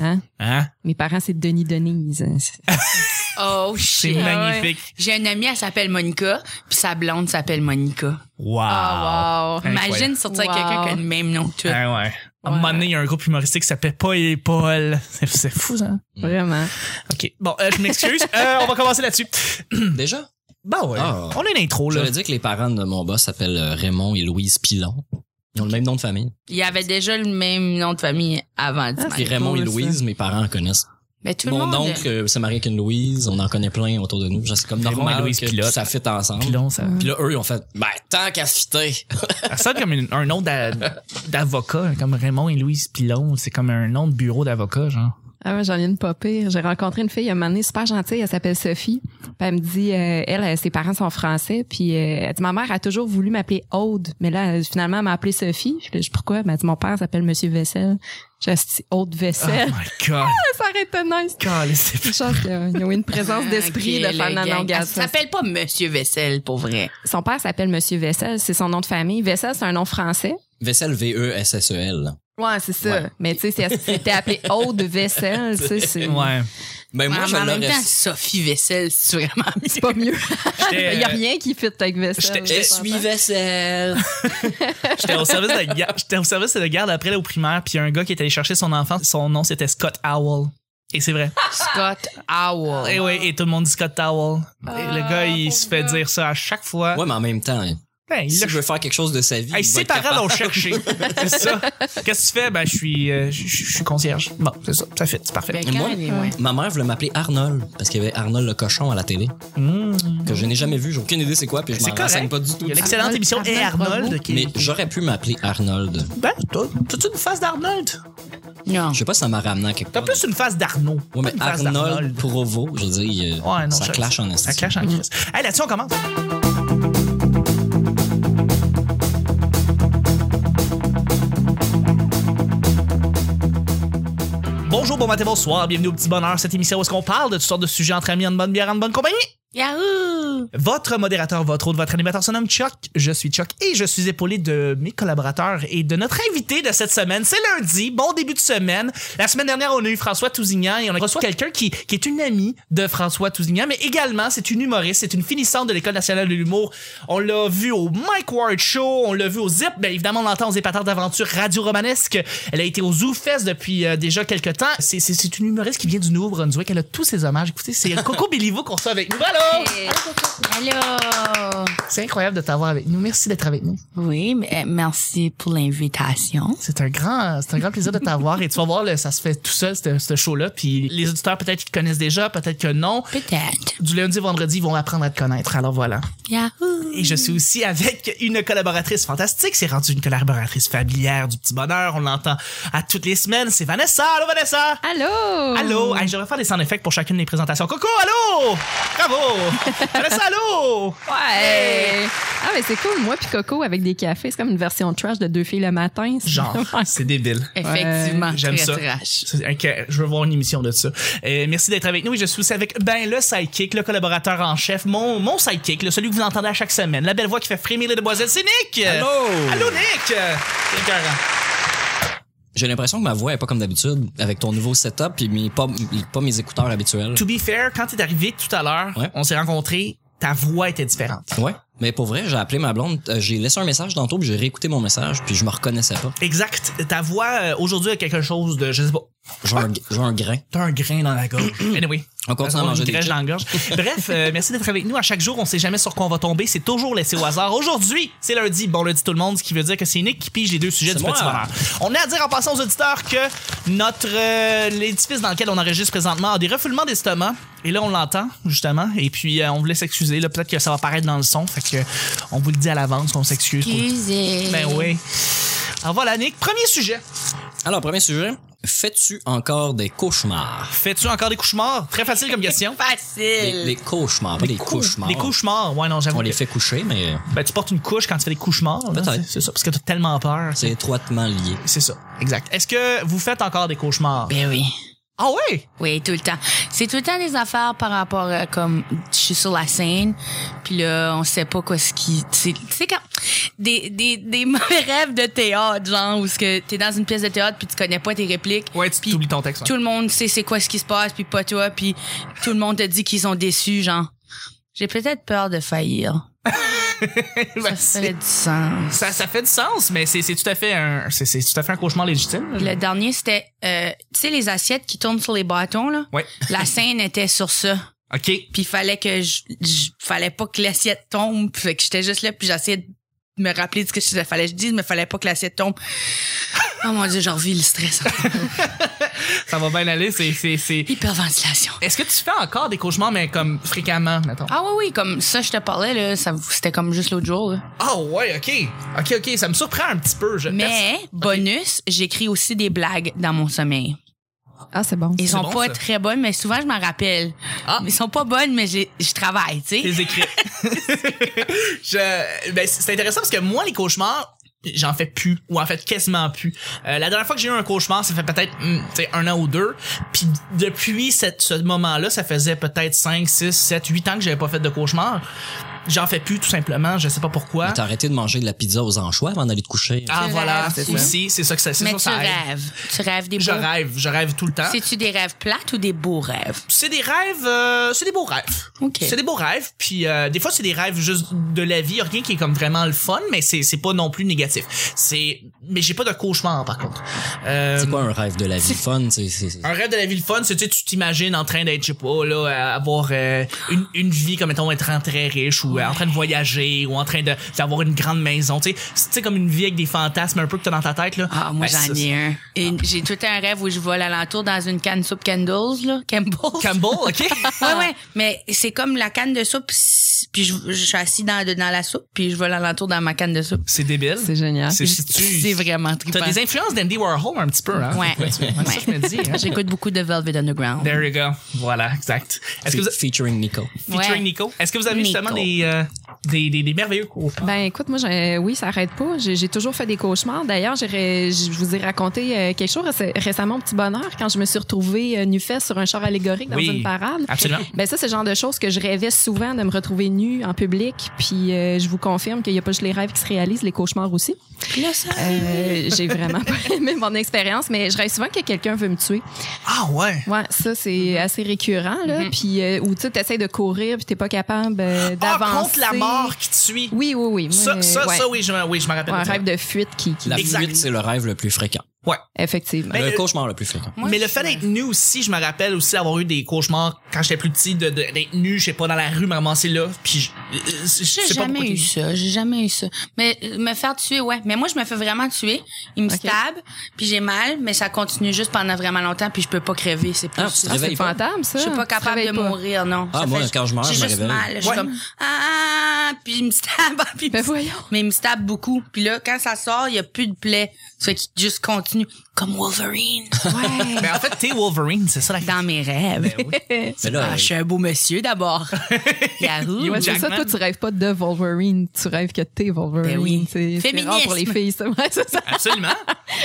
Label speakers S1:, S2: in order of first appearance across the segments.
S1: Hein?
S2: Hein?
S1: Mes parents, c'est Denis Denise.
S3: Oh,
S2: C'est
S3: shit.
S2: magnifique.
S3: J'ai une amie, elle s'appelle Monica, puis sa blonde s'appelle Monica.
S2: Wow.
S3: Ah, wow.
S2: Incroyable.
S3: Imagine sortir
S1: Wow.
S3: avec quelqu'un qui a le même nom que toi.
S2: Ah ouais. À un moment donné, il y a un groupe humoristique qui s'appelle Paul et Paul. C'est- C'est fou, ça.
S1: Vraiment.
S2: OK. Bon, euh, je m'excuse. Euh, on va commencer là-dessus.
S4: Déjà?
S2: Bah ouais.
S4: Ah.
S2: On est une intro, là.
S4: J'allais dire que les parents de mon boss s'appellent euh, Raymond et Louise Pilon. Ils ont le même nom de famille.
S3: Il y avait déjà le même nom de famille avant le
S2: Ben,
S4: Puis
S3: dimanche.
S4: Raymond et
S1: cool, ça.
S4: Louise, mes parents en connaissent.
S3: Mais tout le
S4: Mon
S3: monde.
S4: oncle euh, s'est marié avec une Louise, on en connaît plein autour de nous. Genre, C'est comme
S2: Raymond et
S4: normal
S2: Louise
S4: que
S2: Pilote.
S4: ça fit ensemble.
S2: Pilon, ça.
S4: Puis là, eux, ils ont fait, ben, tant qu'à fitter.
S2: Ça sonne comme une- un nom d'a- d'avocat, comme Raymond et Louise Pilon. C'est comme un nom de bureau d'avocat, genre.
S1: Ah ouais, j'en ai une pas pire. J'ai rencontré une fille un moment donné, super gentille, elle s'appelle Sophie. Puis elle me dit, euh, elle, euh, ses parents sont français. Puis euh, elle dit, ma mère a toujours voulu m'appeler Aude. Mais là, euh, finalement, elle m'a appelée Sophie. Je dis, pourquoi? Elle m'a dit, mon père s'appelle Monsieur Vaisselle. J'ai dit, Aude
S2: Oh
S1: Vaisselle.
S2: my God.
S1: ça aurait été nice.
S2: God, c'est
S1: Je pense qu'il y a- il y a eu une
S3: Ah,
S1: présence d'esprit de faire non, non,
S3: Ça
S1: regarde ça.
S3: s'appelle pas Monsieur Vaisselle, pour vrai.
S1: Son père s'appelle Monsieur Vaisselle, c'est son nom de famille. Vaisselle, c'est un nom français.
S4: Vaisselle E V-E-S-S-E-L.
S1: Ouais, c'est ça.
S4: Ouais.
S1: Mais tu sais, si elle s'était appelée Aude Vaisselle, tu sais, c'est
S2: Ouais.
S4: Ben, moi,
S3: Ah,
S4: je
S3: mais en même
S4: l'aurais.
S3: temps, Sophie Vaisselle, c'est vraiment
S1: c'est pas mieux.
S2: J'étais,
S1: Il y a
S2: euh,
S1: rien qui fit avec Vaisselle.
S2: j'étais-
S4: Je suis
S1: on s'entend.
S4: vaisselle.
S2: J'étais au service de garde, j'étais au service de garde après, là, au primaire, puis il y a un gars qui est allé chercher son enfant. Son nom, c'était Scott Howell. Et c'est vrai.
S3: Scott Howell.
S2: Et Eh oui, et tout le monde dit Scott Howell. Et le gars, il se fait dire ça à chaque fois.
S4: Ouais, mais en même temps, hein,
S2: Ben, il
S4: si
S2: l'a
S4: je veux faire quelque chose de sa vie,
S2: Hey,
S4: il va
S2: ses
S4: être
S2: parents
S4: capable.
S2: l'ont cherché. c'est ça. Qu'est-ce que tu fais? Ben, je suis, euh, je, je- je suis concierge. Bon, c'est ça. Ça fit. C'est parfait.
S3: Ben,
S4: Et moi?
S3: quand il est loin.
S4: Ma mère voulait m'appeler Arnold parce qu'il y avait Arnold le cochon à la télé
S2: Mmh.
S4: que je n'ai jamais vu, j'ai aucune idée c'est quoi puis je
S2: C'est
S4: m'en
S2: correct.
S4: renseigne pas du tout.
S2: Il y a l'excellente
S1: Arnold-
S2: émission Et
S1: Arnold
S2: Arnold.
S1: Bravo.
S2: Qui...
S4: Mais j'aurais pu m'appeler Arnold.
S2: Ben, t'as- t'as-tu une face d'Arnold?
S3: Non.
S4: Je sais pas si ça m'a ramené à quelque
S2: T'as
S4: part.
S2: plus une face d'Arnaud. pas
S4: Ouais, mais
S2: une face
S4: Arnold Provo, je veux dire, euh,
S2: Ouais, non,
S4: ça
S2: je-
S4: clash en
S2: Ça
S4: estime.
S2: clash en crise. Hey, là-dessus, on commence. Bonjour, bon matin, bonsoir, bienvenue au Petit Bonheur, cette émission où est-ce qu'on parle de toutes sortes de sujets entre amis, en bonne bière, en bonne compagnie.
S3: Yahoo!
S2: Votre modérateur, votre hôte, votre animateur se nomme Chuck. Je suis Chuck et je suis épaulé de mes collaborateurs et de notre invité de cette semaine. C'est lundi, bon début de semaine. La semaine dernière, on a eu François Tousignan et on a reçu quelqu'un qui, qui est une amie de François Tousignan, mais également c'est une humoriste, c'est une finissante de l'École nationale de l'humour. On l'a vu au Mike Ward Show, on l'a vu au Zip, bien évidemment on l'entend aux épatantes aventures radio romanesque. Elle a été au Zoo Fest depuis euh, déjà quelques temps. C'est- C'est c'est une humoriste qui vient du Nouveau-Brunswick, elle a tous ses hommages. Écoutez, c'est Coco Béliveau qu'on reçoit avec nous. Allô!
S3: Allô!
S2: C'est incroyable de t'avoir avec nous. Merci d'être avec nous.
S3: Oui, mais, euh, merci pour l'invitation.
S2: C'est un grand, c'est un grand plaisir de t'avoir. Et tu vas voir, là, ça se fait tout seul, ce, ce show-là. Puis les auditeurs, peut-être qu'ils te connaissent déjà, peut-être que non.
S3: Peut-être.
S2: Du lundi au vendredi, ils vont apprendre à te connaître. Alors voilà.
S3: Yahoo!
S2: Et je suis aussi avec une collaboratrice fantastique. C'est rendu une collaboratrice familière du Petit Bonheur. On l'entend à toutes les semaines. C'est Vanessa. Allô, Vanessa!
S1: Allô?
S2: Allô? Hey, je vais faire des sound effects pour chacune des présentations. Coco, allô! Bravo! Vanessa, allô!
S1: Ouais! Ah, mais c'est cool. Moi puis Coco avec des cafés, c'est comme une version trash de deux filles le matin. C'est-
S2: Genre, c'est débile.
S3: Effectivement,
S2: Ouais, j'aime
S3: Ah, très
S2: ça.
S3: trash.
S2: C'est- ok, je veux voir une émission de ça. Euh, merci d'être avec nous. Et je suis aussi avec ben le sidekick, le collaborateur en chef, mon, mon sidekick, le, celui que vous entendez à chaque semaine, la belle voix qui fait frémir les demoiselles, c'est Nick!
S4: Allô!
S2: Allô, Nick! C'est écœurant.
S4: J'ai l'impression que ma voix est pas comme d'habitude avec ton nouveau setup puis mes, pas, pas mes écouteurs habituels.
S2: To be fair, quand t'es arrivé tout à l'heure,
S4: Ouais.
S2: on s'est rencontrés, ta voix était différente.
S4: Ouais. Mais pour vrai, j'ai appelé ma blonde, euh, j'ai laissé un message tantôt, puis j'ai réécouté mon message, puis je me reconnaissais pas.
S2: Exact. Ta voix, euh, aujourd'hui, a quelque chose de, je sais pas,
S4: J'ai un, j'ai un grain.
S2: T'as un grain dans la gorge. anyway.
S4: On continue à
S2: Une
S4: manger des
S2: graine
S4: chips.
S2: dans la gorge. Bref, euh, merci d'être avec nous. À chaque jour, on sait jamais sur quoi on va tomber. C'est toujours laissé au hasard. Aujourd'hui, c'est lundi. Bon lundi tout le monde, ce qui veut dire que c'est Nick qui pige les deux sujets
S4: C'est
S2: du
S4: moi.
S2: petit bonheur. On est à dire en passant aux auditeurs que notre euh, l'édifice dans lequel on enregistre présentement a des refoulements d'estomac. Et là, on l'entend, justement. Et puis, euh, on voulait s'excuser. Là, peut-être que ça va apparaître dans le son. Fait que, euh, on vous le dit à l'avance, on s'excuse. pour-
S3: Excusez.
S2: Ben oui. Alors voilà, Nick. Premier sujet.
S4: Alors, premier sujet. Fais-tu encore des cauchemars?
S2: Fais-tu encore des cauchemars? Très facile comme question.
S4: Des,
S3: Facile.
S4: des cauchemars, pas des cauchemars.
S2: Des cauchemars. Ouais, non, j'avoue.
S4: On les
S2: que-
S4: fait coucher, mais
S2: Ben, tu portes une couche quand tu fais des couchements. là.
S4: Peut-être.
S2: C'est- C'est ça, parce que t'as tellement peur.
S4: c'est étroitement lié.
S2: C'est ça, exact. Est-ce que vous faites encore des cauchemars?
S3: Ben oui.
S2: Ah ouais?
S3: Oui, tout le temps. C'est tout le temps des affaires par rapport à comme je suis sur la scène, puis là on sait pas quoi ce qui c'est c'est quand des des des mauvais rêves de théâtre genre où ce que t'es dans une pièce de théâtre puis tu connais pas tes répliques.
S2: Ouais, tu
S3: Puis
S2: t'oublies ton texte. ouais.
S3: Tout le monde sait c'est quoi ce qui se passe puis pas toi puis tout le monde te dit qu'ils sont déçus genre. J'ai peut-être peur de faillir.
S2: Ben,
S3: Ça
S2: c'est-
S3: fait du sens.
S2: ça, ça fait du sens, mais c'est c'est tout à fait un, c'est c'est tout à fait un cauchemar légitime. là.
S3: Le dernier c'était euh, tu sais les assiettes qui tournent sur les bâtons là.
S2: Ouais.
S3: La scène était sur ça.
S2: Ok.
S3: puis fallait que je, je- fallait pas que l'assiette tombe Puis fait que j'étais juste là puis j'essayais de me rappeler de ce que je fallait que je dise mais fallait pas que l'assiette tombe oh mon dieu j'en revis le stress
S2: Ça va bien aller. C'est c'est c'est.
S3: hyperventilation
S2: Est-ce que tu fais encore des cauchemars, mais comme fréquemment, mettons?
S3: ah oui oui comme ça je te parlais là ça c'était comme juste l'autre jour là.
S2: Ah ouais, ok. Ok, ok. Ça me surprend un petit peu. Je
S3: mais bonus j'écris aussi des blagues dans mon sommeil
S1: Ah, c'est bon.
S3: ils sont
S2: bon,
S3: pas
S2: ça.
S3: très bonnes mais souvent je m'en rappelle
S2: Ah.
S3: ils sont pas bonnes mais j'ai- je travaille tu sais
S2: les écrits. je, ben, c'est c'est intéressant parce que moi, les cauchemars, j'en fais plus ou en fait quasiment plus. Euh, la dernière fois que j'ai eu un cauchemar, ça fait peut-être hum, tu sais, un an ou deux. Puis depuis cette, ce moment-là, ça faisait peut-être 5, 6, 7, 8 ans que j'avais pas fait de cauchemar. J'en fais plus tout simplement, je sais pas pourquoi.
S4: T'as arrêté de manger de la pizza aux anchois avant d'aller te coucher.
S2: Ah
S3: Tu
S2: voilà,
S3: rêves, c'est ça.
S2: aussi, c'est ça que ça, c'est
S3: mais
S2: ça,
S3: tu
S2: ça arrive.
S3: rêves tu rêves des
S2: Je
S3: beaux
S2: rêve, je rêve tout le temps.
S3: c'est-tu des rêves plates ou des beaux rêves
S2: c'est des rêves, euh, c'est des beaux rêves.
S3: Ok.
S2: C'est des beaux rêves, puis euh, des fois c'est des rêves juste de la vie, y a rien qui est comme vraiment le fun, mais c'est c'est pas non plus négatif. C'est, mais j'ai pas de cauchemar par contre. Euh,
S4: C'est quoi un rêve de la vie fun? C'est, c'est, c'est-
S2: un rêve de la vie le fun, c'est tu sais, tu t'imagines en train d'être, je sais pas, là, à avoir euh, une, une vie comme étant être en très riche ou euh, en train de voyager ou en train de d'avoir une grande maison, tu sais, c'est tu sais, comme une vie avec des fantasmes un peu que t'as dans ta tête là.
S3: Ah, moi,
S2: Ben,
S3: j'en
S2: ça,
S3: ai un. Et J'ai tout un rêve où je vole alentour dans une canne soupe Campbell's, là. Campbell's.
S2: Campbell, ok.
S3: ouais, ouais. Mais c'est comme la canne de soupe, s- puis je, je suis assis dans, dans la soupe, puis je vole alentour dans ma canne de soupe.
S2: C'est débile.
S1: C'est génial.
S2: C'est si tu-
S3: C'est vraiment trippant.
S2: T'as des influences d'Andy Warhol un petit peu, hein?
S3: Ouais.
S2: C'est ça, je me dis. hein?
S3: J'écoute beaucoup de Velvet Underground.
S2: There you go. Voilà, exact. Est-ce que vous
S4: Fe- featuring Nico.
S2: featuring
S3: Ouais.
S2: Nico? Est-ce que vous avez
S3: Nico.
S2: justement des, euh, des, des, des merveilleux cours?
S1: Ben écoute, moi, j'ai- oui, ça arrête pas. J'ai j'ai toujours fait des cauchemars. D'ailleurs, j'ai ré- je vous ai raconté euh, quelque chose réc- récemment, au petit bonheur, quand je me suis retrouvée euh, nu-fesse sur un char allégorique dans
S2: Oui. Ah.
S1: une parade.
S2: Absolument.
S1: Ben ça, c'est le genre de choses que je rêvais souvent de me retrouver nue en public. Puis euh, je vous confirme qu'il n'y a pas juste les rêves qui se réalisent, les cauchemars aussi.
S3: Puis là, ça.
S1: Euh, j'ai vraiment pas aimé mon expérience, mais je rêve souvent que quelqu'un veut me tuer.
S2: Ah ouais.
S1: Ouais, ça c'est assez récurrent là. Puis euh, ou tu sais, t'essayes de courir puis t'es pas capable euh,
S2: Ah,
S1: d'avancer.
S2: contre la mort qui te suit.
S1: Oui, oui, oui. Moi,
S2: Ça, ça,
S1: euh, ouais.
S2: ça, oui, je, me- oui, je me rappelle.
S1: Ouais, un
S2: de ça.
S1: rêve de fuite qui, qui-
S4: La
S2: Exact.
S4: fuite, c'est le rêve le plus fréquent.
S2: Ouais.
S1: effectivement. Ah,
S2: Ben,
S4: le
S2: euh,
S4: cauchemar le plus fréquent.
S3: Moi,
S2: mais le
S3: je-
S2: fait d'être nu aussi, je me rappelle aussi avoir eu des cauchemars quand j'étais plus petit, de, de- d'être nu, je sais pas, dans la rue, me ramasser là, puis je, euh, je
S3: J'ai
S2: sais pas pourquoi.
S3: jamais eu ça. J'ai jamais eu ça. Mais euh, me faire tuer, ouais. Mais moi, je me fais vraiment tuer. Ils me
S1: Ok.
S3: stabent, puis j'ai mal, mais ça continue juste pendant vraiment longtemps, puis je peux pas créver. C'est plus
S4: Ah, tu te
S3: ça.
S1: c'est
S4: réveilles pas.
S1: fantôme ça.
S3: Je suis pas
S1: Tu
S3: capable
S1: travailles
S3: de
S1: pas.
S3: mourir, non.
S4: Ah,
S3: Ça
S4: moi,
S3: fait-
S4: quand je meurs,
S3: j'ai
S4: je me
S3: juste
S4: réveille.
S3: mal. Je suis
S2: Ouais.
S3: comme, ah, ah, puis il me stab, puis il me
S1: Ben
S3: stab.
S1: voyons.
S3: Mais il me stab beaucoup. Puis là, quand ça sort, il y a plus de plaie. Ça fait qu'il juste continue. Comme Wolverine.
S2: Mais Ben, en fait, t'es Wolverine, c'est ça la Ben
S3: Dans mes rêves.
S4: Mais Ben là, euh,
S3: Ah, je suis un beau monsieur d'abord. Yahoo.
S2: You
S1: Ouais, c'est ça,
S2: Jackman.
S1: toi tu rêves pas de Wolverine, tu rêves que t'es Wolverine.
S3: Ben oui.
S1: C'est c'est rare pour les
S3: Féminisme.
S1: filles, ça. Ouais, c'est ça.
S2: Absolument.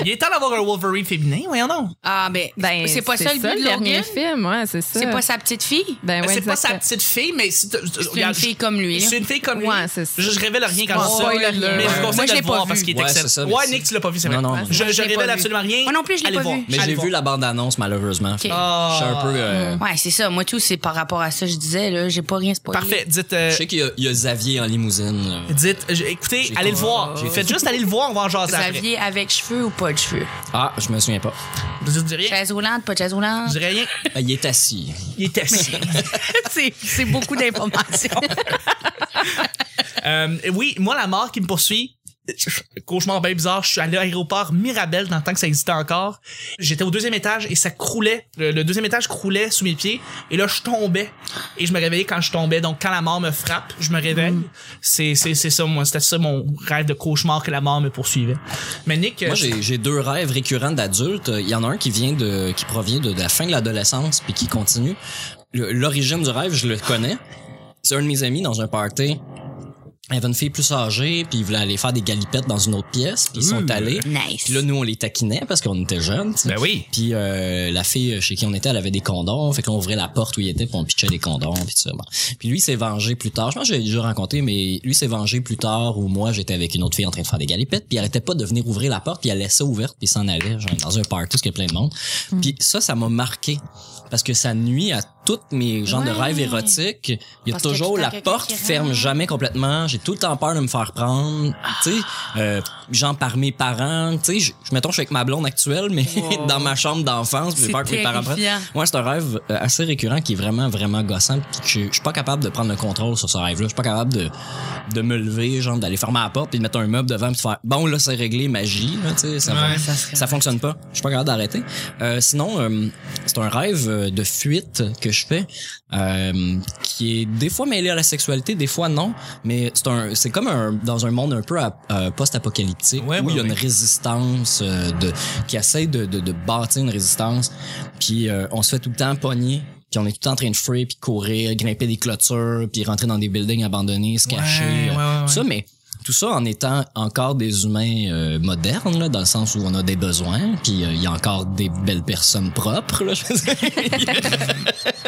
S2: Il est temps d'avoir un Wolverine féminin, voyons donc.
S3: Ah, ben,
S1: Ben,
S3: c'est pas ça le but de
S1: dernier
S3: Logan.
S1: film, ouais, c'est ça.
S3: C'est pas sa petite fille.
S1: Ben ouais,
S2: c'est pas sa
S1: exactement.
S2: petite fille, mais c'est
S3: Ah
S2: euh,
S3: C'est une fille comme lui. là.
S2: C'est une fille comme lui.
S1: Ouais, c'est ça.
S2: Je, je révèle rien quand
S1: pas
S2: je dis
S1: spoiler,
S2: ça.
S1: là.
S2: Mais je vous conseille
S3: Moi,
S2: de
S3: je
S2: le
S3: l'ai pas
S2: voir
S3: vu.
S2: parce qu'il est
S4: Ouais,
S2: excellent.
S4: c'est ça, mais
S2: ouais,
S4: c'est-
S2: Nick, tu l'as pas vu, c'est vrai.
S4: Non, non,
S2: Ouais.
S4: non.
S2: Je,
S3: Moi,
S2: je
S3: je l'ai
S2: révèle
S3: pas vu.
S2: absolument rien.
S3: Moi non plus, je l'ai
S2: Allez
S3: pas
S2: voir.
S3: vu.
S4: mais
S2: Allez
S4: j'ai vu
S2: voir.
S4: la bande-annonce, malheureusement. Fait que
S2: Ah.
S4: Je suis un peu... euh,
S3: Ouais, c'est ça. Moi, tout, c'est par rapport à ça. Je disais, là, j'ai pas rien spoilé.
S2: Parfait. Dites, euh,
S4: Je sais qu'il y a- il y, a Xavier en limousine. là.
S2: dites, euh, je- écoutez,
S4: J'ai
S2: allez le
S4: con-
S2: voir.
S4: j'ai-
S2: Faites juste aller le voir, on va en jaser après.
S3: Xavier avec cheveux ou pas de cheveux?
S4: Ah, je me souviens pas.
S2: Je dis rien.
S3: Chaise roulante, pas de chaise
S2: Je
S3: roulante.
S2: dis rien.
S4: Ah, Il est assis.
S2: Il est assis.
S3: c'est, c'est beaucoup d'informations.
S2: Euh, oui, moi, la mort qui me poursuit, cauchemar bien bizarre, je suis allé à l'aéroport Mirabel dans le temps que ça existait encore. J'étais au deuxième étage et ça croulait. Le, le deuxième étage croulait sous mes pieds et là, je tombais. Et je me réveillais quand je tombais. Donc, quand la mort me frappe, je me réveille. C'est, c'est, c'est ça, moi. C'était ça mon rêve de cauchemar que la mort me poursuivait. Mais Nick,
S4: Moi,
S2: euh,
S4: j'ai j'ai deux rêves récurrents d'adultes. Il y en a un qui vient de, qui provient de, de la fin de l'adolescence puis qui continue. Le- L'origine du rêve, je le connais. C'est un de mes amis dans un party. Il y avait une fille plus âgée, puis ils voulaient aller faire des galipettes dans une autre pièce, puis ils sont
S2: Ouh.
S4: allés.
S3: Nice.
S4: Puis là, nous, on les taquinait parce qu'on était jeunes. tu sais.
S2: Ben oui.
S4: Puis euh, la fille chez qui on était, elle avait des condoms. Fait qu'on ouvrait la porte où il était, puis on pitchait des condoms, puis tout ça. bon. Puis lui, il s'est vengé plus tard. Je pense que j'ai déjà rencontré, mais lui s'est vengé plus tard où moi, j'étais avec une autre fille en train de faire des galipettes. Puis il arrêtait pas de venir ouvrir la porte, puis elle laissait ouverte, puis il s'en allait, genre dans un party, parce qu'il y a plein de monde.
S3: Mm.
S4: Puis ça, ça m'a marqué. Parce que ça nuit à toutes mes genres de
S3: Ouais.
S4: rêves érotiques. Il y a
S3: Parce que
S4: toujours
S3: tout le temps,
S4: la
S3: quelqu'un
S4: porte
S3: qui
S4: ferme
S3: rentre.
S4: jamais complètement. J'ai tout le temps peur de me faire prendre. Tu sais, euh, genre par mes parents. Tu sais, je, je- mettons, je suis avec ma blonde actuelle, mais
S3: Wow.
S4: dans ma chambre d'enfance, j'ai
S3: C'est
S4: peur que mes parents prennent.
S3: terrifiant.
S4: Moi, c'est un rêve euh, assez récurrent qui est vraiment, vraiment gossant. puis que Je, je suis pas capable de prendre le contrôle sur ce rêve-là. Je suis pas capable de, de me lever, genre d'aller fermer la porte puis de mettre un meuble devant puis de faire bon là c'est réglé magie. Là, tu sais, ça, va-
S2: Ouais,
S3: ça serait-
S4: ça fonctionne pas. Je suis pas capable d'arrêter. Euh, sinon, euh, c'est un rêve euh, de fuite que je fais euh, qui est des fois mêlé à la sexualité, des fois non. Mais c'est un, c'est comme un, dans un monde un peu à- euh, post-apocalyptique
S2: Ouais,
S4: où
S2: ouais,
S4: il y a
S2: ouais.
S4: une résistance euh, de, qui essaie de, de, de bâtir une résistance. Puis euh, on se fait tout le temps pogner. Puis on est tout le temps en train de free, puis courir, grimper des clôtures, puis rentrer dans des buildings abandonnés, se cacher.
S2: Ouais, ouais, ouais,
S4: Tout ça, mais tout ça en étant encore des humains euh, modernes, là, dans le sens où on a des besoins, puis euh, il y a encore des belles personnes propres. Là, je veux dire.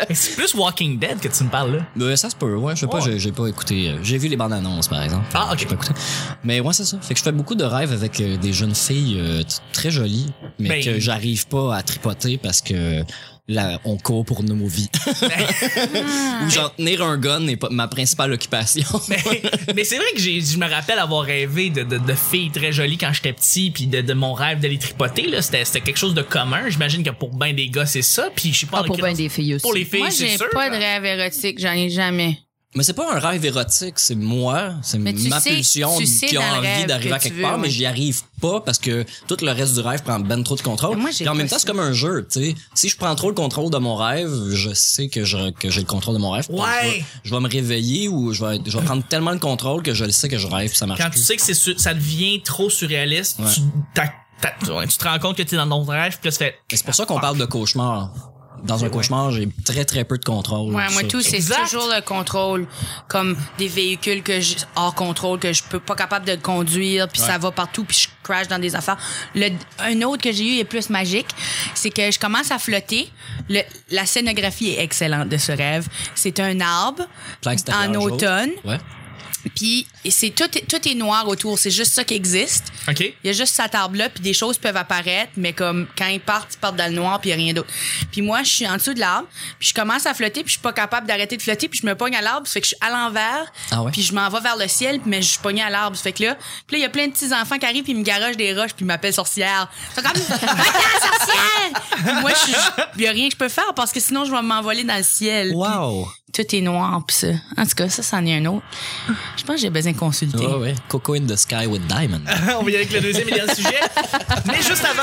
S2: Mais C'est plus Walking Dead que tu me parles, là.
S4: Euh, ça se peut, ouais. Je sais pas,
S2: Ouais.
S4: j'ai- j'ai pas écouté. euh, J'ai vu les bandes annonces, par exemple.
S2: Ah, ok.
S4: J'ai pas écouté. Mais ouais, c'est ça. Fait que je fais beaucoup de rêves avec euh, des jeunes filles euh, t- très jolies, mais
S2: Ben-
S4: que j'arrive pas à tripoter parce que là, on court pour nos vies.
S2: Ben.
S4: Ou genre, tenir un gun n'est pas ma principale occupation.
S2: Mais, mais c'est vrai que j'ai, je me rappelle avoir rêvé de, de, de filles très jolies quand j'étais petit, puis de, de mon rêve de les tripoter. Là, c'était, c'était quelque chose de commun. J'imagine que pour ben des gars, c'est ça. Puis je sais pas
S1: Ah, pour
S2: lequel-
S1: bien des filles aussi.
S2: pour les filles,
S3: Moi,
S2: c'est
S3: j'ai
S2: sûr.
S3: pas
S2: là.
S3: de rêve érotique. J'en ai jamais.
S4: Mais c'est pas un rêve érotique, c'est moi, c'est
S3: Mais tu
S4: ma
S3: sais-
S4: pulsion
S3: tu sais
S4: qui a
S3: dans le
S4: envie
S3: rêve
S4: d'arriver
S3: que
S4: à
S3: tu
S4: quelque
S3: veux,
S4: part,
S3: ouais.
S4: mais j'y arrive pas parce que tout le reste du rêve prend ben trop de contrôle.
S3: Mais moi, j'ai
S4: Puis en
S3: pas
S4: même temps, c'est
S3: ça.
S4: comme un jeu, tu sais. Si je prends trop le contrôle de mon rêve, je sais que je, que j'ai le contrôle de mon rêve. Donc,
S2: Ouais.
S4: Je vais, je vais me réveiller ou je vais, être- je vais prendre tellement le contrôle que je le sais que je rêve, puis ça marche
S2: Quand tu
S4: plus.
S2: sais que c'est su- ça devient trop surréaliste,
S4: Ouais.
S2: tu, t'as- t'as- ouais, tu te rends compte que t'es dans ton rêve, puis là, tu fais. Ah,
S4: Mais C'est pour ça
S3: Ah,
S4: qu'on parle de cauchemar. Dans un cauchemar, j'ai très très peu de contrôle.
S3: Ouais,
S4: sur
S3: moi,
S4: ça.
S3: tout, c'est
S2: Exact.
S3: toujours le contrôle. Comme des véhicules que je, hors contrôle, que je peux pas capable de conduire, puis
S4: Ouais.
S3: ça va partout, puis je crash dans des affaires. Le, un autre que j'ai eu est plus magique, c'est que je commence à flotter. Le- la scénographie est excellente de ce rêve. C'est un arbre
S4: Plan extérieur,
S3: en
S4: jaune.
S3: automne,
S4: Ouais.
S3: puis c'est tout, est- tout est noir autour. C'est juste ça qui existe.
S2: OK.
S3: Il y a juste cet arbre-là, puis des choses peuvent apparaître, mais comme quand ils partent, ils partent dans le noir, puis il y a rien d'autre. Puis moi, je suis en dessous de l'arbre, puis je commence à flotter, puis je suis pas capable d'arrêter de flotter, puis je me pogne à l'arbre, ça fait que je suis à l'envers,
S4: Ah ouais?
S3: puis je m'en vais vers le ciel, mais je suis pognée à l'arbre, ça fait que là, puis là, il y a plein de petits enfants qui arrivent, puis ils me garochent des roches, puis ils m'appellent sorcière. C'est comme, Attends, sorcière! Puis moi, je suis, il y a rien que je peux faire, parce que sinon, je vais m'envoler dans le ciel.
S4: Wow!
S3: Puis tout est noir, puis ça. En tout cas, ça, c'en est un autre. Je pense que j'ai besoin de consulter.
S4: Ouais, ouais. Coco in the sky with diamond.
S2: On va y aller avec le deuxième et dernier sujet. Mais juste avant,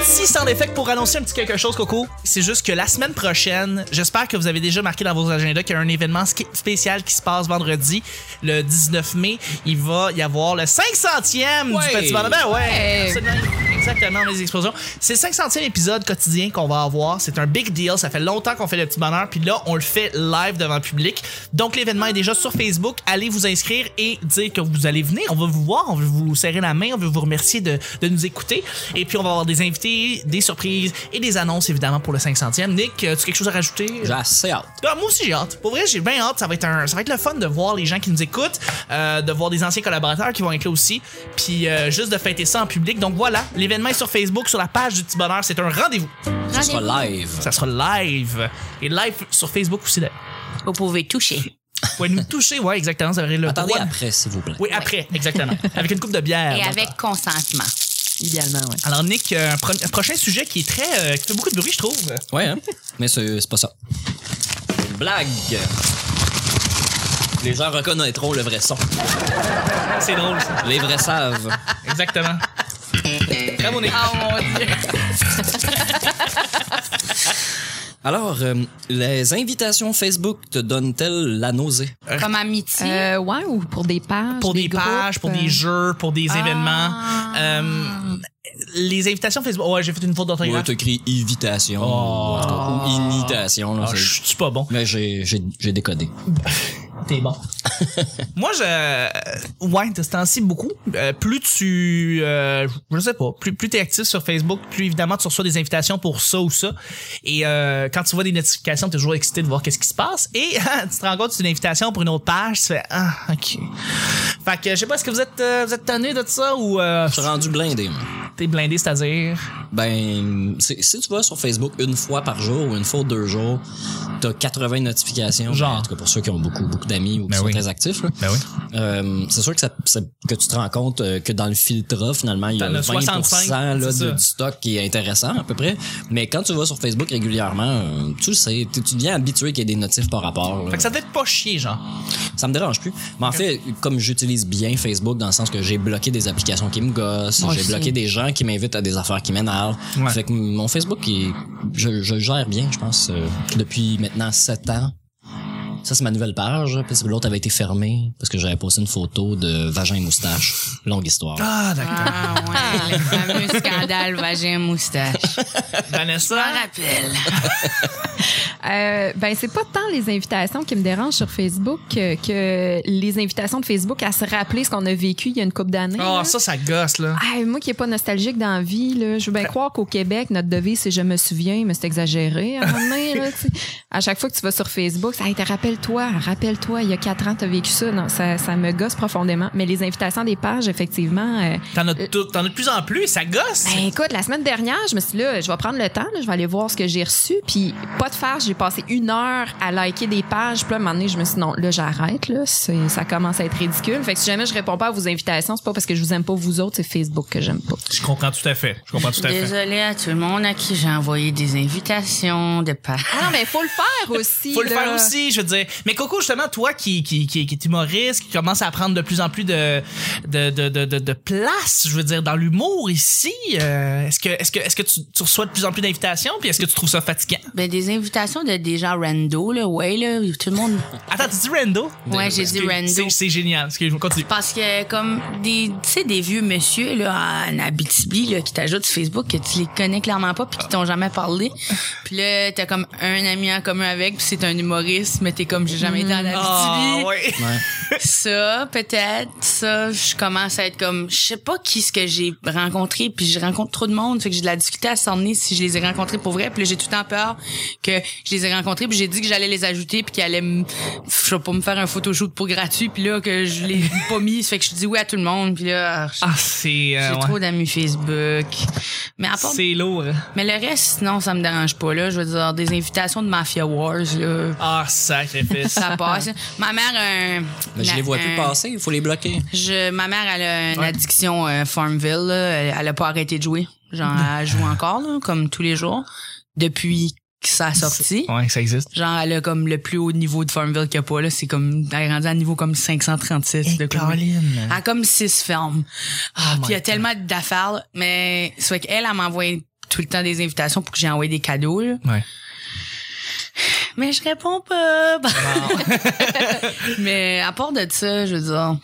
S2: petit sans effet pour annoncer un petit quelque chose, Coco. C'est juste que la semaine prochaine, j'espère que vous avez déjà marqué dans vos agendas qu'il y a un événement ski- spécial qui se passe vendredi, le 19 mai. Il va y avoir le 500e
S4: Ouais.
S2: du Festival. Ben ouais,
S1: Hey.
S2: absolument. Exactement, les explosions. C'est le 500e épisode quotidien qu'on va avoir. C'est un big deal. Ça fait longtemps qu'on fait le petit bonheur. Puis là, on le fait live devant le public. Donc, l'événement est déjà sur Facebook. Allez vous inscrire et dire que vous allez venir. On va vous voir. On veut vous serrer la main. On veut vous remercier de, de nous écouter. Et puis, on va avoir des invités, des surprises et des annonces, évidemment, pour le 500e. Nick, as-tu quelque chose à rajouter?
S4: J'ai assez hâte.
S2: Ah, moi aussi j'ai hâte. Pour vrai, j'ai bien hâte. Ça va être un, ça va être le fun de voir les gens qui nous écoutent, euh, de voir des anciens collaborateurs qui vont être là aussi, puis euh, juste de fêter ça en public. Donc voilà, l'événement est sur Facebook, sur la page du Petit Bonheur. C'est un rendez-vous.
S4: Ça sera live.
S2: Ça sera live et live sur Facebook aussi. Là.
S3: Vous pouvez toucher.
S2: Vous pouvez nous toucher, ouais, exactement. Vous aurez le
S4: Attendez
S2: droit de-
S4: après, s'il vous plaît.
S2: Oui, après, exactement. Avec une coupe de bière.
S3: Et
S2: Donc,
S3: avec consentement.
S1: Idéalement, ouais.
S2: Alors Nick, euh, un, pro- un prochain sujet qui est très, euh, qui fait beaucoup de bruit, je trouve.
S4: Ouais, hein? mais c'est c'est pas ça. Blague. Les gens reconnaîtront le vrai son.
S2: C'est drôle. ça.
S4: Les vrais savent.
S2: Exactement. Bravo Nick.
S3: Oh mon Dieu!
S4: Alors, euh, les invitations Facebook te donnent-elles la nausée?
S3: Comme amitié.
S1: Euh, ouais, ou pour des pages.
S2: pour des,
S1: groupes,
S2: pages, pour des
S1: euh, Ah.
S2: jeux, pour des événements. Euh, les invitations Facebook. Ouais, j'ai fait une faute
S4: Ou
S2: d'orthographe.
S4: t'écris invitation.
S2: Oh.
S4: Ou en tout cas, ou imitation. là,
S2: Ah,
S4: c'est-
S2: je suis pas bon.
S4: Mais j'ai j'ai- j'ai décodé.
S2: t'es bon. Moi, je. euh, Ouais, de ce temps-ci, beaucoup. Euh, plus tu. euh, je sais pas. Plus, plus t'es actif sur Facebook, plus évidemment tu reçois des invitations pour ça ou ça. Et euh, quand tu vois des notifications, t'es toujours excité de voir qu'est-ce qui se passe. Et tu te rends compte que c'est une invitation pour une autre page. Tu fais Ah, OK. Fait que je sais pas, est-ce que vous êtes, euh, vous êtes tanné de ça ou euh,
S4: Je suis rendu blindé, moi.
S2: t'es blindé, c'est-à-dire.
S4: Ben, c'est- si tu vas sur Facebook une fois par jour ou une fois deux jours, t'as 80 notifications.
S2: Genre.
S4: En tout cas, pour ceux qui ont beaucoup, beaucoup d'amis ou qui
S2: Ben
S4: sont
S2: oui.
S4: très actifs, là.
S2: Ben oui.
S4: Euh, c'est sûr que, ça, ça- que tu te rends compte euh, que dans le filtre, finalement, il y a
S2: T'en as
S4: 20
S2: 65,
S4: là,
S2: c'est
S4: de-
S2: ça.
S4: du stock qui est intéressant à peu près. Mais quand tu vas sur Facebook régulièrement, euh, tu le sais, tu tu deviens habitué qu'il y ait des notifs par rapport. là.
S2: Fait que ça devait être pas chier, genre.
S4: Ça me dérange plus. Mais en fait, comme j'utilise bien Facebook dans le sens que j'ai bloqué des applications qui me gossent,
S1: Moi
S4: j'ai
S1: aussi.
S4: bloqué des gens qui m'invitent à des affaires qui m'énervent.
S2: Ouais.
S4: Fait que mon Facebook, il- je, je le gère bien, je pense, euh, depuis maintenant 7 ans. Ça, c'est ma nouvelle page, parce que l'autre avait été fermée parce que j'avais posté une photo de vagin et moustache. Longue histoire.
S2: Ah, d'accord.
S3: Ah ouais, le fameux scandale vagin moustache.
S2: Ah, Vanessa.
S3: Je rappelle.
S1: Euh, ben c'est pas tant les invitations qui me dérangent sur Facebook que, que les invitations de Facebook à se rappeler ce qu'on a vécu il y a une couple d'années.
S2: Ah,
S1: là.
S2: ça, ça gosse, là.
S1: Ah, moi qui est pas nostalgique dans la vie, là, je veux bien croire qu'au Québec, notre devise, c'est je me souviens, mais c'est exagéré. À, un moment donné, là, tu sais. à chaque fois que tu vas sur Facebook, ça hey, te rappelle-toi, rappelle-toi, il y a quatre ans, tu as vécu ça. Non, ça, ça me gosse profondément. Mais les invitations des pages, effectivement. euh,
S2: T'en as, tout- t'en as de plus en plus et ça gosse.
S1: ben écoute, la semaine dernière, je me suis dit, là, je vais prendre le temps, là, je vais aller voir ce que j'ai reçu. Puis, pas de faire, j'ai passé une heure à liker des pages. Puis là, à un moment donné, je me suis dit, non, là, j'arrête, là, c'est- ça commence à être ridicule. Fait que si jamais je réponds pas à vos invitations, c'est pas parce que je vous aime pas vous autres, c'est Facebook que j'aime pas.
S2: Je comprends tout à fait. Je comprends tout à fait.
S3: Désolée à tout le monde à qui j'ai envoyé des invitations de part.
S1: Ah non, mais faut le faire aussi.
S2: Faut le
S1: là.
S2: faire aussi, je veux dire. Mais Coco, justement, toi qui, qui, qui, qui est humoriste, qui commence à prendre de plus en plus de, de, de, de, de- de place, je veux dire, dans l'humour ici, euh, est-ce que, est-ce que, est-ce que tu, tu reçois de plus en plus d'invitations puis est-ce que tu trouves ça fatigant?
S3: Ben, des invitations de des gens rando, là, ouais, là, tout le monde.
S2: Attends, tu dis rando?
S3: Ouais, j'ai dit
S2: Excuse-
S3: rando.
S2: C'est, c'est génial. Excuse-moi, continue.
S3: Parce que, comme, des, tu sais, des vieux monsieur, là, en Abitibi, là, qui t'ajoutent sur Facebook, que tu les connais clairement pas, puis qui t'ont jamais parlé. Puis là, t'as comme un ami en commun avec, puis c'est un humoriste, mais t'es comme, j'ai jamais été en Abitibi.
S2: Ah, ouais.
S4: Ouais.
S3: Ça, peut-être. Ça, je commence à être comme, je sais pas qui ce que j'ai rencontré, puis je rencontre trop de monde, fait que j'ai de la difficulté à s'emmener si je les ai rencontrés pour vrai. Puis là, j'ai tout le temps peur que je les ai rencontrés, puis j'ai dit que j'allais les ajouter, puis qu'ils allaient, me- je sais pas, me faire un photoshoot pour gratuit, puis là que je l'ai pas mis, fait que je dis oui à tout le monde, puis là, j'ai
S2: Ah, c'est, euh, ouais.
S3: trop d'amis Facebook. Mais à part
S2: c'est lourd.
S3: mais le reste, non, ça me dérange pas, là. Je veux dire, des invitations de Mafia Wars, là.
S2: Ah, sacrifice.
S3: Ça passe. Ma mère a un.
S4: Mais je les vois plus
S3: un-
S4: passer, il faut les bloquer.
S3: je, ma mère, elle a une
S2: Ouais.
S3: addiction euh, Farmville. là. Elle, elle a pas arrêté de jouer. Genre, elle joue encore, là, comme tous les jours, depuis que ça a sorti.
S2: ouais, ça existe.
S3: Genre, elle a comme le plus haut niveau de Farmville qu'il y a pas. là. C'est comme, elle est rendue à un niveau comme 536. de quoi.
S2: Eh, Caroline.
S3: Elle a comme six fermes. Ah,
S2: Oh my
S3: puis il y a
S2: God.
S3: tellement d'affaires, là. mais c'est vrai qu'elle, elle m'envoie tout le temps des invitations pour que j'ai envoyé des cadeaux. là.
S2: Ouais.
S3: Mais je réponds pas. mais à part de ça, je veux dire,
S4: Moi,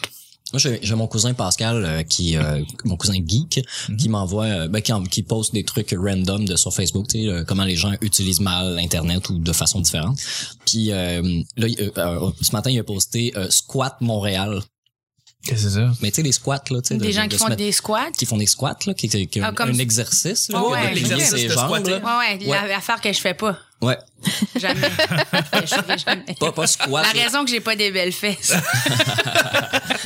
S4: j'ai j'ai mon cousin Pascal euh, qui, euh, mon cousin geek, qui m'envoie, euh, ben, qui, en- qui poste des trucs random de sur Facebook, tu sais, euh, comment les gens utilisent mal Internet ou de façon différente. Puis euh, là, il- euh, euh, ce matin, il a posté euh, squat Montréal.
S2: Qu'est-ce que c'est ça?
S4: Mais tu sais, les squats là, tu sais, de-
S3: des gens
S4: de
S3: qui
S4: se
S3: font
S4: mettre-
S3: des squats.
S4: qui font des squats là, qui, qui, qui
S3: Ah,
S4: un-
S3: comme-
S4: un exercice là,
S3: Ah
S4: que
S3: ouais,
S4: de plier
S2: l'exercice
S4: ses
S2: de
S4: jambes.
S2: squatter.
S4: Là.
S3: Ouais, ouais,
S4: Ouais.
S3: l'affaire que je fais pas.
S4: Ouais,
S3: Jamais. Je fais jamais.
S4: pas pas squat.
S3: La
S4: là.
S3: raison que j'ai pas des belles fesses.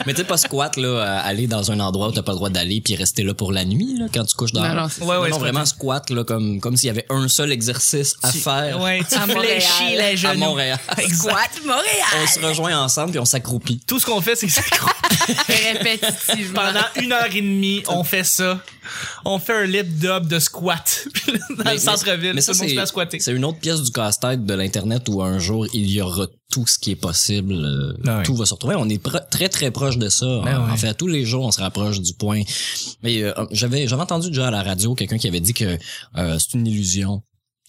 S4: Mais tu sais pas squat là, euh, aller dans un endroit où t'as pas le droit d'aller puis rester là pour la nuit là quand tu couches dans.
S3: Non, non, c'est
S2: Ouais,
S4: Non,
S2: ouais,
S4: non,
S2: c'est
S4: vraiment squat là comme comme s'il y avait un seul exercice à
S2: Tu-
S4: faire
S2: Ouais, tu
S3: À Montréal.
S2: fléchis les
S4: à
S2: genoux.
S4: Montréal.
S3: Squat Montréal.
S4: on se rejoint ensemble puis on s'accroupit.
S2: Tout ce qu'on fait, c'est que c'est gros.
S3: Répétitivement.
S2: pendant une heure et demie, on fait ça. On fait un lip dub de squat dans
S4: Mais-
S2: le
S4: mais-
S2: centre-ville.
S4: mais
S2: Tout
S4: ça,
S2: le monde se met à
S4: c'est-
S2: squatter.
S4: C'est une autre pièce du casse-tête de l'Internet où un jour, il y aura tout ce qui est possible. euh,
S2: Ah oui.
S4: Tout va se retrouver. On est pro- très, très proche de ça.
S2: Ben
S4: en,
S2: oui.
S4: en fait, tous les jours, on se rapproche du point. Mais euh, j'avais j'avais entendu déjà à la radio quelqu'un qui avait dit que euh, c'est une illusion.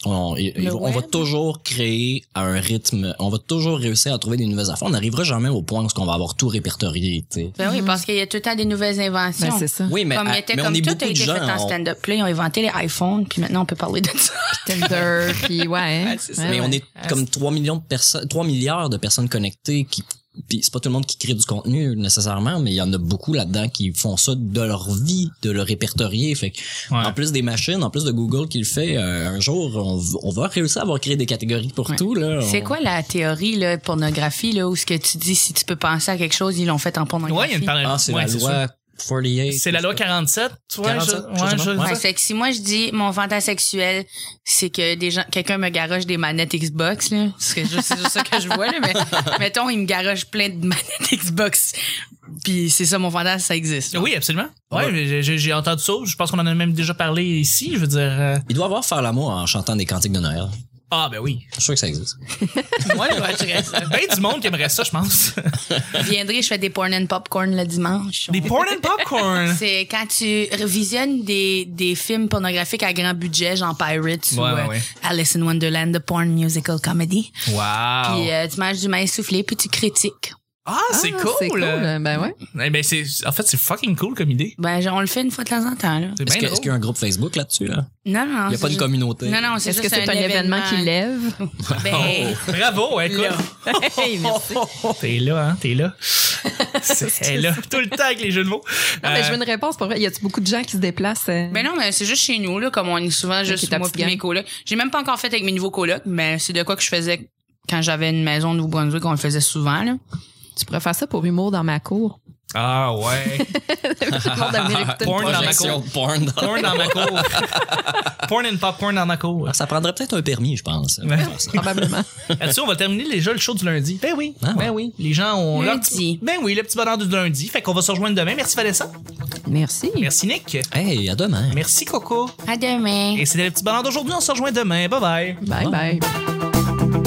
S4: On, il-
S3: Le
S4: il- on va
S3: web?
S4: toujours créer à un rythme. On va toujours réussir à trouver des nouvelles affaires. On n'arrivera jamais au point où on va avoir tout répertorié. tu sais.
S3: Ben oui, parce qu'il y a tout le temps des nouvelles
S1: Ben,
S3: inventions.
S1: c'est ça.
S4: Oui, mais,
S3: comme
S4: à-
S3: il était
S4: mais
S3: comme
S4: on est
S3: tout
S4: beaucoup
S3: a
S4: de
S3: été
S4: gens.
S3: fait en
S4: on-
S3: stand-up. Puis là, ils ont inventé les iPhones, puis maintenant on peut parler de ça.
S1: Tinder, puis ouais. hein.
S3: Ouais, c'est ça.
S1: Ouais,
S4: mais
S1: ouais.
S2: Ah,
S4: on est comme 3 millions de personnes, 3 milliards de personnes connectées qui puis c'est pas tout le monde qui crée du contenu nécessairement, mais il y en a beaucoup là-dedans qui font ça de leur vie, de le répertorier. Fait que,
S2: Ouais.
S4: en plus des machines, en plus de Google qui le fait, euh, un jour on, v- on va réussir à avoir créé des catégories pour
S3: Ouais.
S4: tout là.
S3: C'est
S4: On-
S3: quoi la théorie là, de pornographie là, où ce que tu dis si tu peux penser à quelque chose, ils l'ont fait en pornographie?
S2: Ouais, il y a une parole.
S4: Ah, c'est
S2: ouais,
S4: la
S2: c'est sûr.
S4: loi 48.
S2: C'est la loi 47. Tu vois,
S4: 47,
S2: je-
S4: je
S2: ouais,
S4: sais pas.
S2: je-
S4: Ouais.
S3: Fait que c'est que si moi je dis mon fantasme sexuel, c'est que des gens, quelqu'un me garoche des manettes Xbox là, parce que je- c'est juste ça que je vois là, mais mettons il me garoche plein de manettes Xbox, puis c'est ça mon fantasme, ça existe.
S2: Oui, absolument. Ouais,
S4: Ouais.
S2: mais j'ai- j'ai entendu ça. Je pense qu'on en a même déjà parlé ici. Je veux dire. euh,
S4: Il doit avoir faire l'amour en chantant des cantiques de Noël.
S2: Ah, ben oui.
S4: Je suis sûr que ça existe.
S2: Ouais, ouais, je dirais ça. ben du monde qui aimerait ça, je pense.
S3: Viendrez, je fais des porn and popcorn le dimanche.
S2: Des porn and popcorn.
S3: C'est quand tu revisionnes des, des films pornographiques à grand budget, genre Pirates
S2: Ouais,
S3: ou
S2: ouais,
S3: euh,
S2: ouais.
S3: Alice in Wonderland, The Porn Musical Comedy.
S2: Wow.
S4: Ah,
S3: Puis euh, tu manges du maïs soufflé, puis tu critiques.
S2: ah, c'est
S1: Ah,
S2: cool.
S1: C'est cool. Ben ouais.
S2: Eh ben, c'est, en fait, c'est fucking cool comme idée.
S3: Ben, genre, on le fait une fois de temps en temps, là.
S2: C'est
S4: Est-ce
S2: bien
S4: que-
S2: drôle. Ah,
S4: est-ce qu'il y a un groupe Facebook là-dessus là
S3: Non, non.
S4: Il y a
S3: c'est
S4: pas de
S3: juste-
S4: communauté.
S3: Non, non, c'est
S1: Est-ce
S3: juste
S1: que c'est un, événement qui lève?
S3: Ben,
S2: Oh. Bravo, écoute.
S3: Là.
S1: Hey, merci.
S2: T'es là, hein, t'es là. C'est elle est là, tout le temps avec les jeux de mots.
S1: Non, mais
S2: Euh,
S1: Ah, ben, je veux une réponse pour vrai. Y a-tu beaucoup de gens qui se déplacent? euh?
S3: ben non, mais c'est juste chez nous, là, comme on est souvent juste
S1: ta
S3: moi
S1: petite
S3: puis
S1: gang.
S3: mes colocs. J'ai même pas encore fait avec mes nouveaux colocs, mais c'est de quoi que je faisais quand j'avais une maison au Nouveau-Brunswick, on le faisait souvent, là.
S1: Tu pourrais faire ça pour humour dans ma cour.
S2: Ah ouais.
S1: Tout le monde va venir écouter une
S2: Porn dans ma
S1: projection.
S4: Projection de porn dans-
S2: Porn dans ma cour. Porn and popcorn dans ma cour.
S4: Ça prendrait peut-être un permis, je pense.
S2: Ouais.
S1: Probablement.
S2: Là-dessus, on va terminer déjà le show du lundi. Ben oui,
S4: Ah ouais.
S2: ben oui. Les gens ont leur
S3: Lundi.
S2: petit- Ben oui, le petit bonheur du lundi. Fait qu'on va se rejoindre demain. Merci Vanessa.
S1: Merci.
S2: Merci Nick.
S4: Hey, à demain.
S2: Merci Coco.
S3: À demain.
S2: Et c'était le petit bonheur d'aujourd'hui. On se rejoint demain. Bye bye.
S4: Ah.
S1: Bye bye.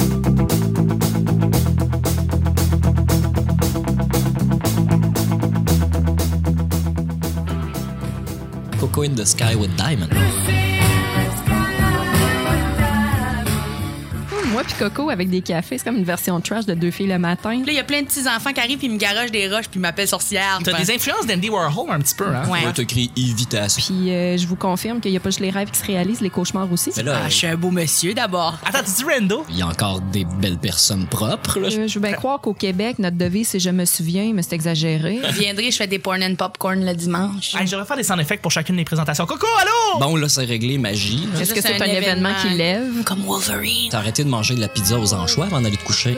S4: Coco in the sky with diamond.
S1: Hum, Moi puis Coco avec des cafés, c'est comme une version trash de deux filles le matin.
S3: Puis Là, il y a plein de petits enfants qui arrivent, puis ils me garochent des roches, puis ils m'appellent sorcière.
S2: T'as
S3: Enfin,
S2: des influences d'Andy Warhol un petit peu, hein?
S3: Ben. Ouais.
S4: On t'écrit invitation.
S1: Puis euh, je vous confirme qu'il n'y a pas juste les rêves qui se réalisent, les cauchemars aussi.
S4: Mais là,
S3: Ah, je suis un beau monsieur d'abord.
S2: Attends, tu dis Rando?
S4: il y a encore des belles personnes propres. Là.
S1: Euh, je veux bien croire qu'au Québec, notre devise, c'est je me souviens, mais c'est exagéré.
S3: Viendrez, je fais des porn and popcorn le dimanche.
S2: Hey, J'aurais faire des sound effects pour chacune des présentations. Coco, allô?
S4: Bon, là, c'est réglé, magie. là.
S1: Est-ce que
S3: juste
S1: c'est
S3: un
S1: un, événement qui
S3: événement.
S1: lève?
S3: Comme Wolverine.
S4: T'as arrêté de manger de la pizza aux anchois avant d'aller te coucher.